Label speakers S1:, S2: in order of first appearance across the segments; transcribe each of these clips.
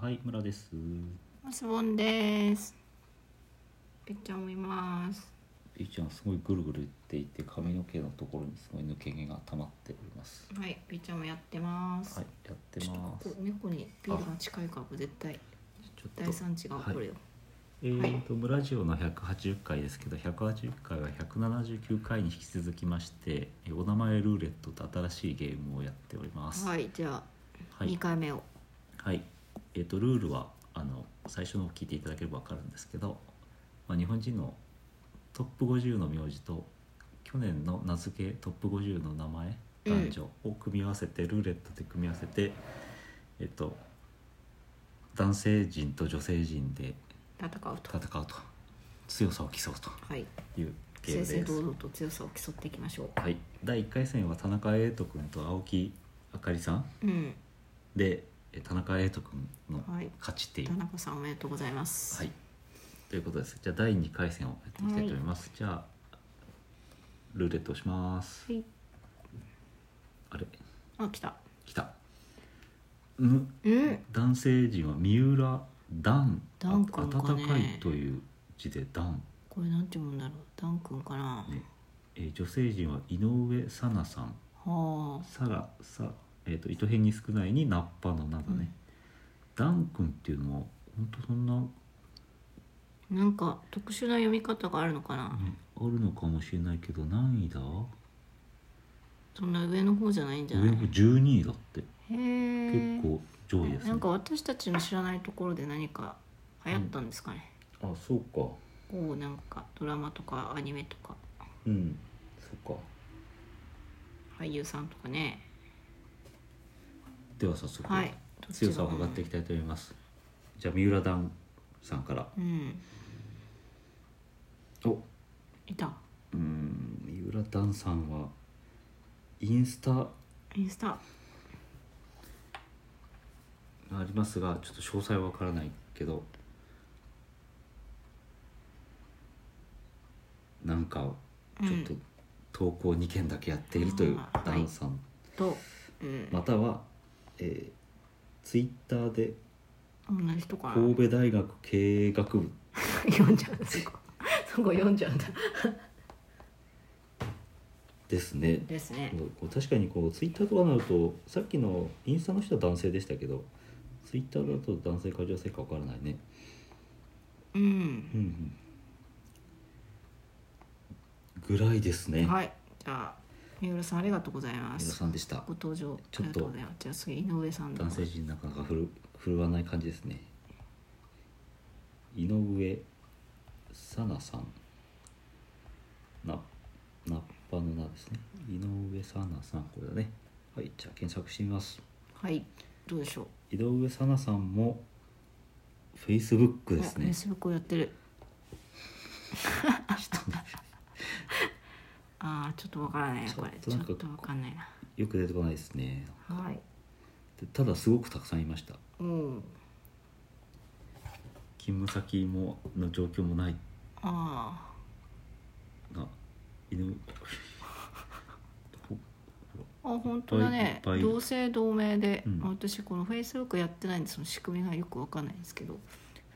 S1: はい、村です。
S2: マスボンです。ぺっちゃんもいます。
S1: ゆいちゃんすごいぐるぐるっていって髪の毛のところにすごい抜け毛が溜まっております。
S2: はい、ぺっちゃんもやってます。
S1: はい、やって
S2: ちょっと
S1: ま
S2: こ
S1: す
S2: こ。猫にビールが近いからこれ絶対
S1: ちょっ
S2: 大
S1: と
S2: 産地が起こるよ。
S1: えーと村ジオの180回ですけど、180回は179回に引き続きまして、えお名前ルーレットと新しいゲームをやっております。
S2: はい、じゃあ
S1: は
S2: 二
S1: い、
S2: 回目を。
S1: はい、えーとルールはあの最初のを聞いていただければわかるんですけど、まあ日本人のトップ50の名字と去年の名付けトップ50の名前
S2: うん
S1: 男女を組み合わせて、ルーレットで組み合わせてえっと男性陣と女性陣で
S2: 戦うと。
S1: 戦うと強さを競う
S2: はい、
S1: というゲー
S2: 正
S1: ムで
S2: 々堂
S1: す。
S2: 々と強さを競っていきましょ
S1: はい、第1回戦は田中瑛斗君と青木あかりさん
S2: う。うん、
S1: でえ田中瑛斗君の
S2: はい
S1: 勝ちっていう
S2: 田中さんおめでとうございます。
S1: はい。ということです。じゃあ第2回戦をやっていきたいと思います。じゃあルーレットをします。
S2: はい。
S1: あれ
S2: あ、来た。
S1: 来た。む
S2: うん。
S1: 男性陣は三浦段
S2: ダン
S1: あ
S2: 君か
S1: 暖
S2: ね
S1: かいという字で段、
S2: これなんて読むんだろう。ダン君かな。
S1: ねえー女性陣は井上さなさん
S2: はあ。
S1: さらさえっ、と糸編に少ないにナッパの名だね。段君っていうのは本当そんな
S2: なんか特殊な読み方があるのかな。
S1: ねあるのかもしれないけど何位だ？
S2: そんな上の方じゃないんじゃ
S1: 上
S2: な
S1: の
S2: い。
S1: 子12位だって。
S2: へえ。
S1: 結構上位ですね
S2: なんか私たちの知らないところで何か流行ったんですかね、
S1: あそうか
S2: こうなんかドラマとかアニメとか
S1: うんそうか
S2: 俳優さんとかね
S1: では早速、
S2: はいどっちが
S1: 強さを測っていきたいと思いますじゃあ三浦ダンさんから
S2: うん
S1: お
S2: いた
S1: うん三浦ダンさんはインスタ
S2: インスタ
S1: ありますがちょっと詳細はわからないけどなんかちょっと投稿2件だけやっているという
S2: あー
S1: ダ
S2: はい
S1: ンさん、
S2: と、うん、
S1: または、えー、ツイッターで
S2: 同じとかな
S1: 神戸大学経営学部
S2: 読んじゃうそこそこ読んじゃうんだ
S1: ですね
S2: ですね
S1: もうこう確かにこうツイッターとかになるとさっきのインスタの人は男性でしたけどツイッターだと男性か女性かわからないね
S2: う、
S1: うんんうんぐらいですね、
S2: はいじゃあ三浦さんありがとうございま
S1: 皆
S2: す
S1: さんでした
S2: ご登場
S1: ち
S2: あ
S1: ょっと
S2: りがとうございますじゃあ次井上さんだ
S1: 男性陣なかなか振る振るわない感じですね井上さなさんなナッパの名ですね井上さなさんこれだねはいじゃあ検索してみます
S2: はいどうでしょう
S1: 井上さなさんもフェイスブック
S2: あ
S1: ですね
S2: スブックを やってる ああちょっとわからないなこれ
S1: ち
S2: ち
S1: ょ
S2: ょ
S1: っとなん
S2: っ
S1: か
S2: とわかんないな
S1: よく出てこないですね
S2: はい
S1: でただすごくたくさんいました
S2: うん
S1: 勤務先もの状況もない
S2: あ
S1: が井上
S2: ああ本当だ
S1: いっ
S2: ね
S1: ぱいいっぱい
S2: 同姓同名で、
S1: うん
S2: 私このフェイスブックやってないんでその仕組みがよくわかんないんですけど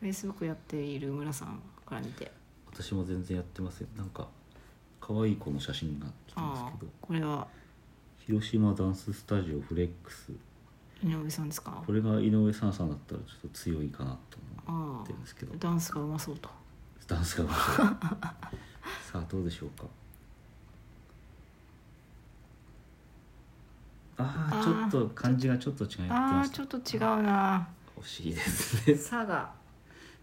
S2: フェイスブックやっている村さんから見て
S1: 私も全然やってますよなんか可愛い子の写真が来てま
S2: あ
S1: す
S2: あ
S1: けど
S2: これは
S1: 広島ダンススタジオフレックス
S2: 井上さんですか
S1: これが井上さんさんだったらちょっと強いかなと思
S2: あ
S1: ってるんですけど
S2: あダンスがうまそうと
S1: ダンスが面白いさあどうでしょうかあ
S2: あ
S1: あ
S2: ー
S1: ちょっと漢字がちょっと違って
S2: あ
S1: ま
S2: あ
S1: し
S2: ち
S1: た
S2: ょっと違うな
S1: 惜しいですね
S2: さが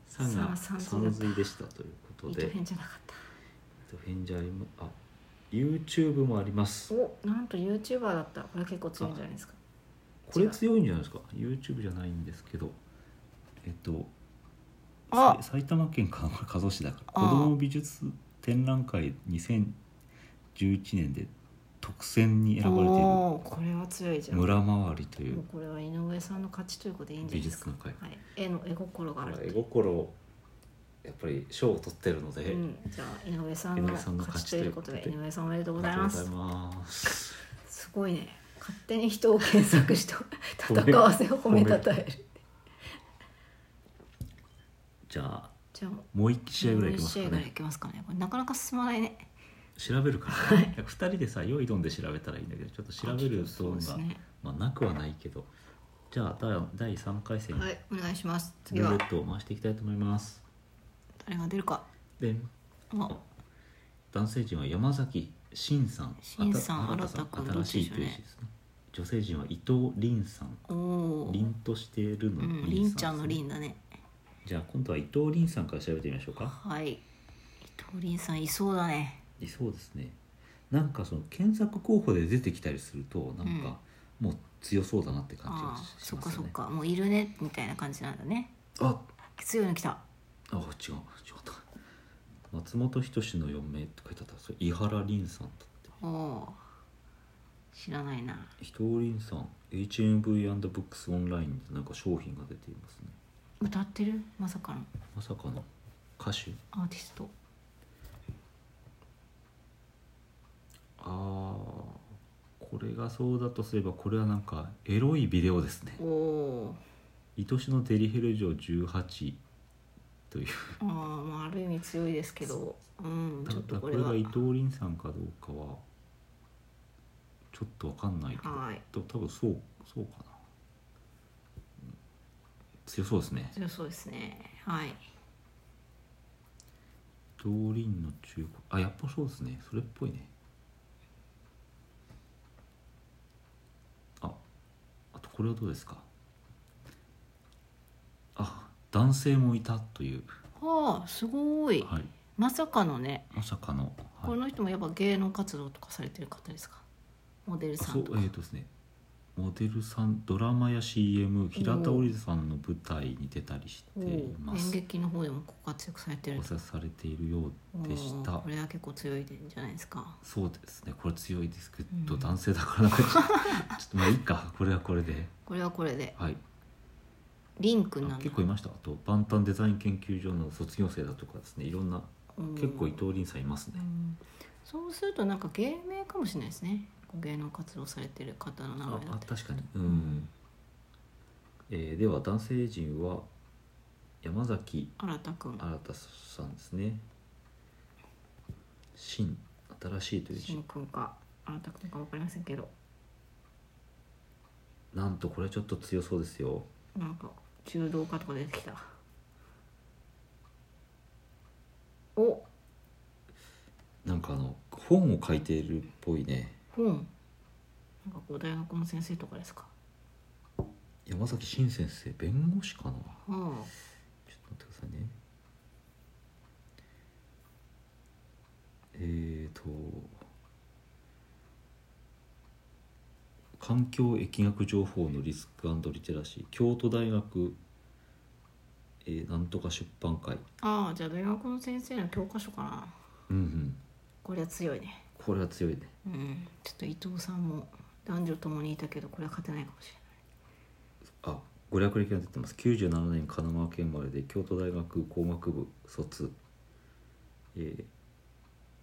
S1: さが
S2: さ
S1: さ
S2: あ
S1: ん
S2: 三
S1: ずいでしたということ
S2: 糸
S1: で
S2: 編じゃなかった
S1: と返事ありまあ YouTube もあります
S2: おなんと YouTuber だったこれ結構強いんじゃないですか
S1: これ強いんじゃないですか YouTube じゃないんですけどえっと
S2: あ
S1: さ埼玉県か加須市だから
S2: あ
S1: 子ども美術展覧会2011年で特選に選ばれている
S2: おーこれは強いじゃんもう
S1: 村回りという
S2: これは井上さんの勝ちということでいいんじゃ
S1: 美
S2: ないです
S1: 術
S2: か
S1: の会
S2: はい、絵の絵心があると
S1: 絵心やっぱり賞を取ってるので、
S2: うん、じゃあ井上さん
S1: 井
S2: の
S1: 上さんの
S2: 勝ちということで
S1: 勝ちということ
S2: 井上さんおめでとうご
S1: あ
S2: ざい
S1: りが
S2: ま
S1: とうござ
S2: す
S1: います
S2: すごいね勝手に人を検索して戦わせを褒めたたえる
S1: じゃあ
S2: じゃあ
S1: もう1試合ぐらいいきます
S2: もう
S1: か
S2: 一試合ぐらい
S1: ね
S2: いきますかねこれなかなか進まないね
S1: 調べるから、ね、2人でさよいどんで調べたらいいんだけどちょっと調べる
S2: そう
S1: と
S2: です
S1: が、
S2: ね
S1: まあ、なくはないけどじゃあ第第3回戦、
S2: はいお願いします次
S1: ルー
S2: は
S1: レットを回していきたいと思います
S2: 誰が出るか
S1: で
S2: あ
S1: 男性陣は山崎真さん
S2: 真さん
S1: あた
S2: 新田君
S1: 新しい
S2: ど
S1: という
S2: っちでしょうね
S1: 字ですね女性陣は伊藤凛さん
S2: おおー
S1: 凛としているの
S2: うんりんち
S1: さ
S2: ゃんの
S1: ですね
S2: りんだね
S1: じゃあ今度は伊藤凛さんから調べてみましょうか
S2: はい伊藤りんさんいそうだね
S1: いそうですねなんかその検索候補で出てきたりするとなんかもう強そうだなって感じが
S2: あ
S1: し
S2: あ
S1: し
S2: そっ
S1: ま
S2: か
S1: す
S2: そ
S1: よ
S2: っ
S1: ね
S2: かもういるねみたいな感じなんだね
S1: あ
S2: 強いの来た
S1: あ違う違った松本人志の4名って書いてあったそれ伊原凛さんだって
S2: おおー知らないな
S1: 伊藤凛さん HMV&Books オンラインでなんか商品が出ていますね
S2: 歌ってるまさかの
S1: まさかの歌手
S2: アーティスト
S1: ああこれがそうだとすればこれはなんかエロいビデオですね
S2: おお
S1: 「愛しのデリヘル城18」という
S2: あー、まあ、ある意味強いですけどうんちょっ
S1: た
S2: と
S1: だ
S2: こ
S1: こ
S2: れ
S1: れ
S2: は
S1: が伊藤凛さんかどうかはちょっとわかんないけど、
S2: はい
S1: と多分そうそうかなうん強そうですね
S2: 強そうですねはい
S1: 伊藤凛の中古あやっぱそうですねそれっぽいねああとこれはどうですかあ男性もいたという、
S2: はあすごい、
S1: はい、
S2: まさかのね
S1: まさかの、はい、
S2: この人もやっぱ芸能活動とかされてる方ですかモデルさ
S1: そ
S2: ん
S1: う
S2: と
S1: え
S2: か
S1: ーとですねモデルさんドラマや CM 平田織さんの舞台に出たりして
S2: おお
S1: いま
S2: 演
S1: す
S2: 劇の方でもご活躍されてる
S1: おさされているようでし
S2: おー
S1: た
S2: これは結構強いんじゃないですか
S1: そうですねこれ強いですけど、
S2: うん
S1: 男性だからなんか ちょちょっとまあいいかこれはこれで
S2: これはこれで
S1: はい
S2: リン
S1: あ
S2: 君なんだ
S1: 結構いましたあと万端デザイン研究所の卒業生だとかですねいろんな
S2: うん
S1: 結構伊藤凛さんいますね
S2: うんそうするとなんか芸名かもしれないですね芸能活動されてる方の名
S1: あ
S2: 前だ
S1: あ
S2: ったり
S1: 確かにうん、えーでは男性陣は山崎
S2: 新田君
S1: 新田さんですね新新しいという字
S2: 新君か新田君か分かりませんけど
S1: なんとこれはちょっと強そうですよ
S2: なんか柔道家とか出てきたお
S1: なんかあの本を書いているっぽいね
S2: 本なんかこう大学の先生とかですか
S1: 山崎新先生弁護士かなちょっ
S2: は
S1: と待ってくださいねえーと環境疫学情報のリスクリテラシー京都大学、えーなんとか出版会
S2: あああじゃあ大学の先生の教科書かな
S1: うんうん
S2: これは強いね
S1: これは強いね
S2: うんちょっと伊藤さんも男女ともにいたけどこれは勝てないかもし
S1: あご略歴が出てます97年神奈川県生まれで京都大学工学部卒、えー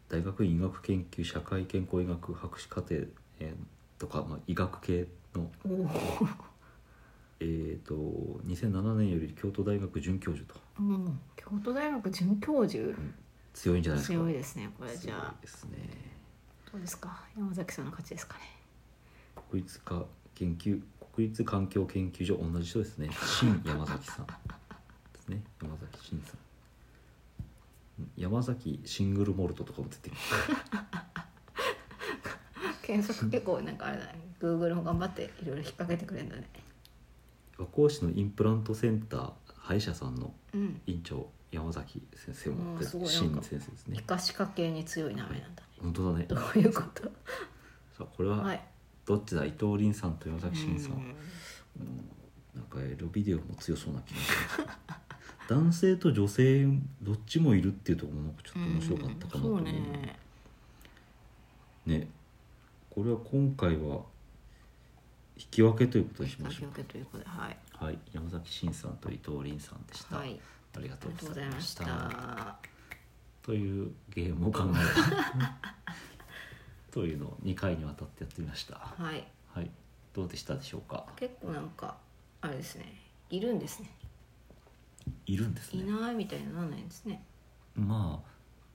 S1: 大学院医学研究社会健康医学博士課程、えーとか、まあ、医学系の、
S2: れないおお
S1: えー、と2007年より京都大学准教授と
S2: うん、京都大学准教授
S1: 強いんじゃないですか
S2: 強いですねこれじゃあ
S1: 強いですね
S2: どうですか山崎さんの勝ちですかね
S1: 国立科研究国立環境研究所同じ人ですね新山崎さんですね山崎新さん山崎シングルモルトとかも出てきて
S2: 検索結構なんかあれだね Google も頑張っていろいろ引っ掛けてくれるんだね
S1: 和光市のインプラントセンター歯医者さんの
S2: うん
S1: 院長山崎先生
S2: あ
S1: も
S2: ーすごい
S1: 新
S2: なんか
S1: 先生ですね
S2: 皮下歯科系に強い名前なんだね
S1: 本当だね
S2: どういうこと
S1: さあこれ
S2: は
S1: はいどっちだ伊藤凛さんと山崎新さん
S2: うん
S1: なんかエロビデオも強そうな気がします男性と女性どっちもいるっていうところもなんかちょっと面白かったかなと思う
S2: うんそうね
S1: ねこれは今回は引き分けということにしまし
S2: 先
S1: ょ
S2: 分けということではい、
S1: うはい山崎真さんと伊藤凛さんでした、
S2: はい、
S1: ありが
S2: あ
S1: と
S2: り
S1: う
S2: がと
S1: ご
S2: うござ
S1: ざ
S2: い
S1: い
S2: ま
S1: ま
S2: し
S1: した
S2: た
S1: というゲームを考えたというのを2回にわたってやってみました
S2: はい
S1: はいどうでしたでしょうか
S2: 結構なんかあれですねいるんですね
S1: いるんです
S2: い
S1: ね
S2: ないみたいにならないんですね
S1: ま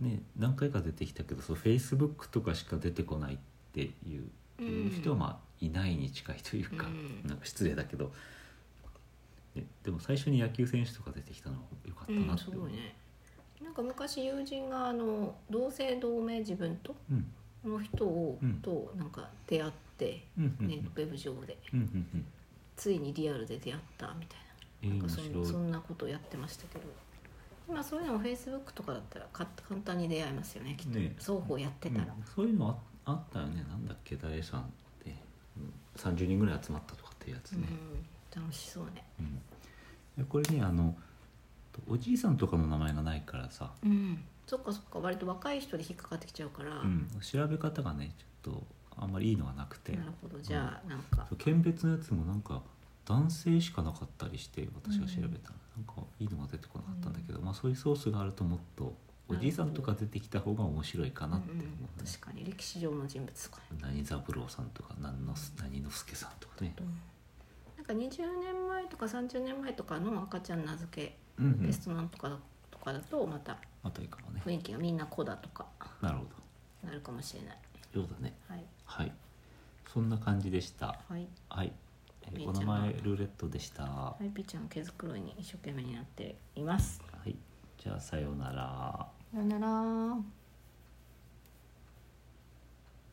S1: あね何回か出てきたけどそうフェイスブックとかしか出てこないっていう
S2: うん
S1: 人はまあいないに近いというか,、
S2: うん
S1: なんか失礼だけど、ね、でも最初に野球選手とか出てきたのは良かった
S2: う
S1: なっ
S2: ん
S1: て
S2: す
S1: 思う、
S2: ごいねなんか昔友人があの同姓同名自分と
S1: うん
S2: この人を、
S1: うん
S2: となんか出会って、
S1: うんうんうん
S2: ねウェブ上で
S1: うんうんうん
S2: ついにリアルで出会ったみたい
S1: え
S2: ななん
S1: ー
S2: か
S1: 面
S2: そん
S1: 白い
S2: そんなことをやってましたけど今そういうのもフェイスブックとかだったらか簡単に出会えますよねきっと、
S1: ね
S2: 双方やってたら
S1: う、んそういうのああったよねなんだっけ誰さんって、うん、30人ぐらい集まったとかっていうやつ
S2: うん
S1: ね、
S2: 楽しそうね
S1: うんこれねあのおじいさんとかの名前がないからさ、
S2: うんそっかそっか割と若い人で引っかかってきちゃうから、
S1: うん、調べ方がねちょっとあんまりいいのがなくて
S2: なるほどじゃあなんか
S1: そう県別のやつもなんか男性しかなかったりして私が調べたら、なんかいいのが出てこなかったんだけど、まあ、そういうソースがあるともっとおじいさんとか出てきた方が面白いかなって思うね、
S2: うん確かに歴史上の人物とかね、
S1: 何三郎さんとか何のす何之助さんとかね、
S2: なんか20年前とか30年前とかの赤ちゃん名付け、
S1: うんうん
S2: ベストなんとかだとかだとまた
S1: あたりからね
S2: 雰囲気がみんな子だとか
S1: なるほ
S2: なるかもしれない
S1: どそうだね
S2: はい
S1: はいそんな感じでした
S2: はい、
S1: はい、えー
S2: いい
S1: お
S2: じゃ
S1: 名
S2: ん
S1: 前ルーレットでしたは
S2: はい、ピーちゃんの毛づくろいに一生懸命になっています
S1: いじゃあさようなら
S2: さよなら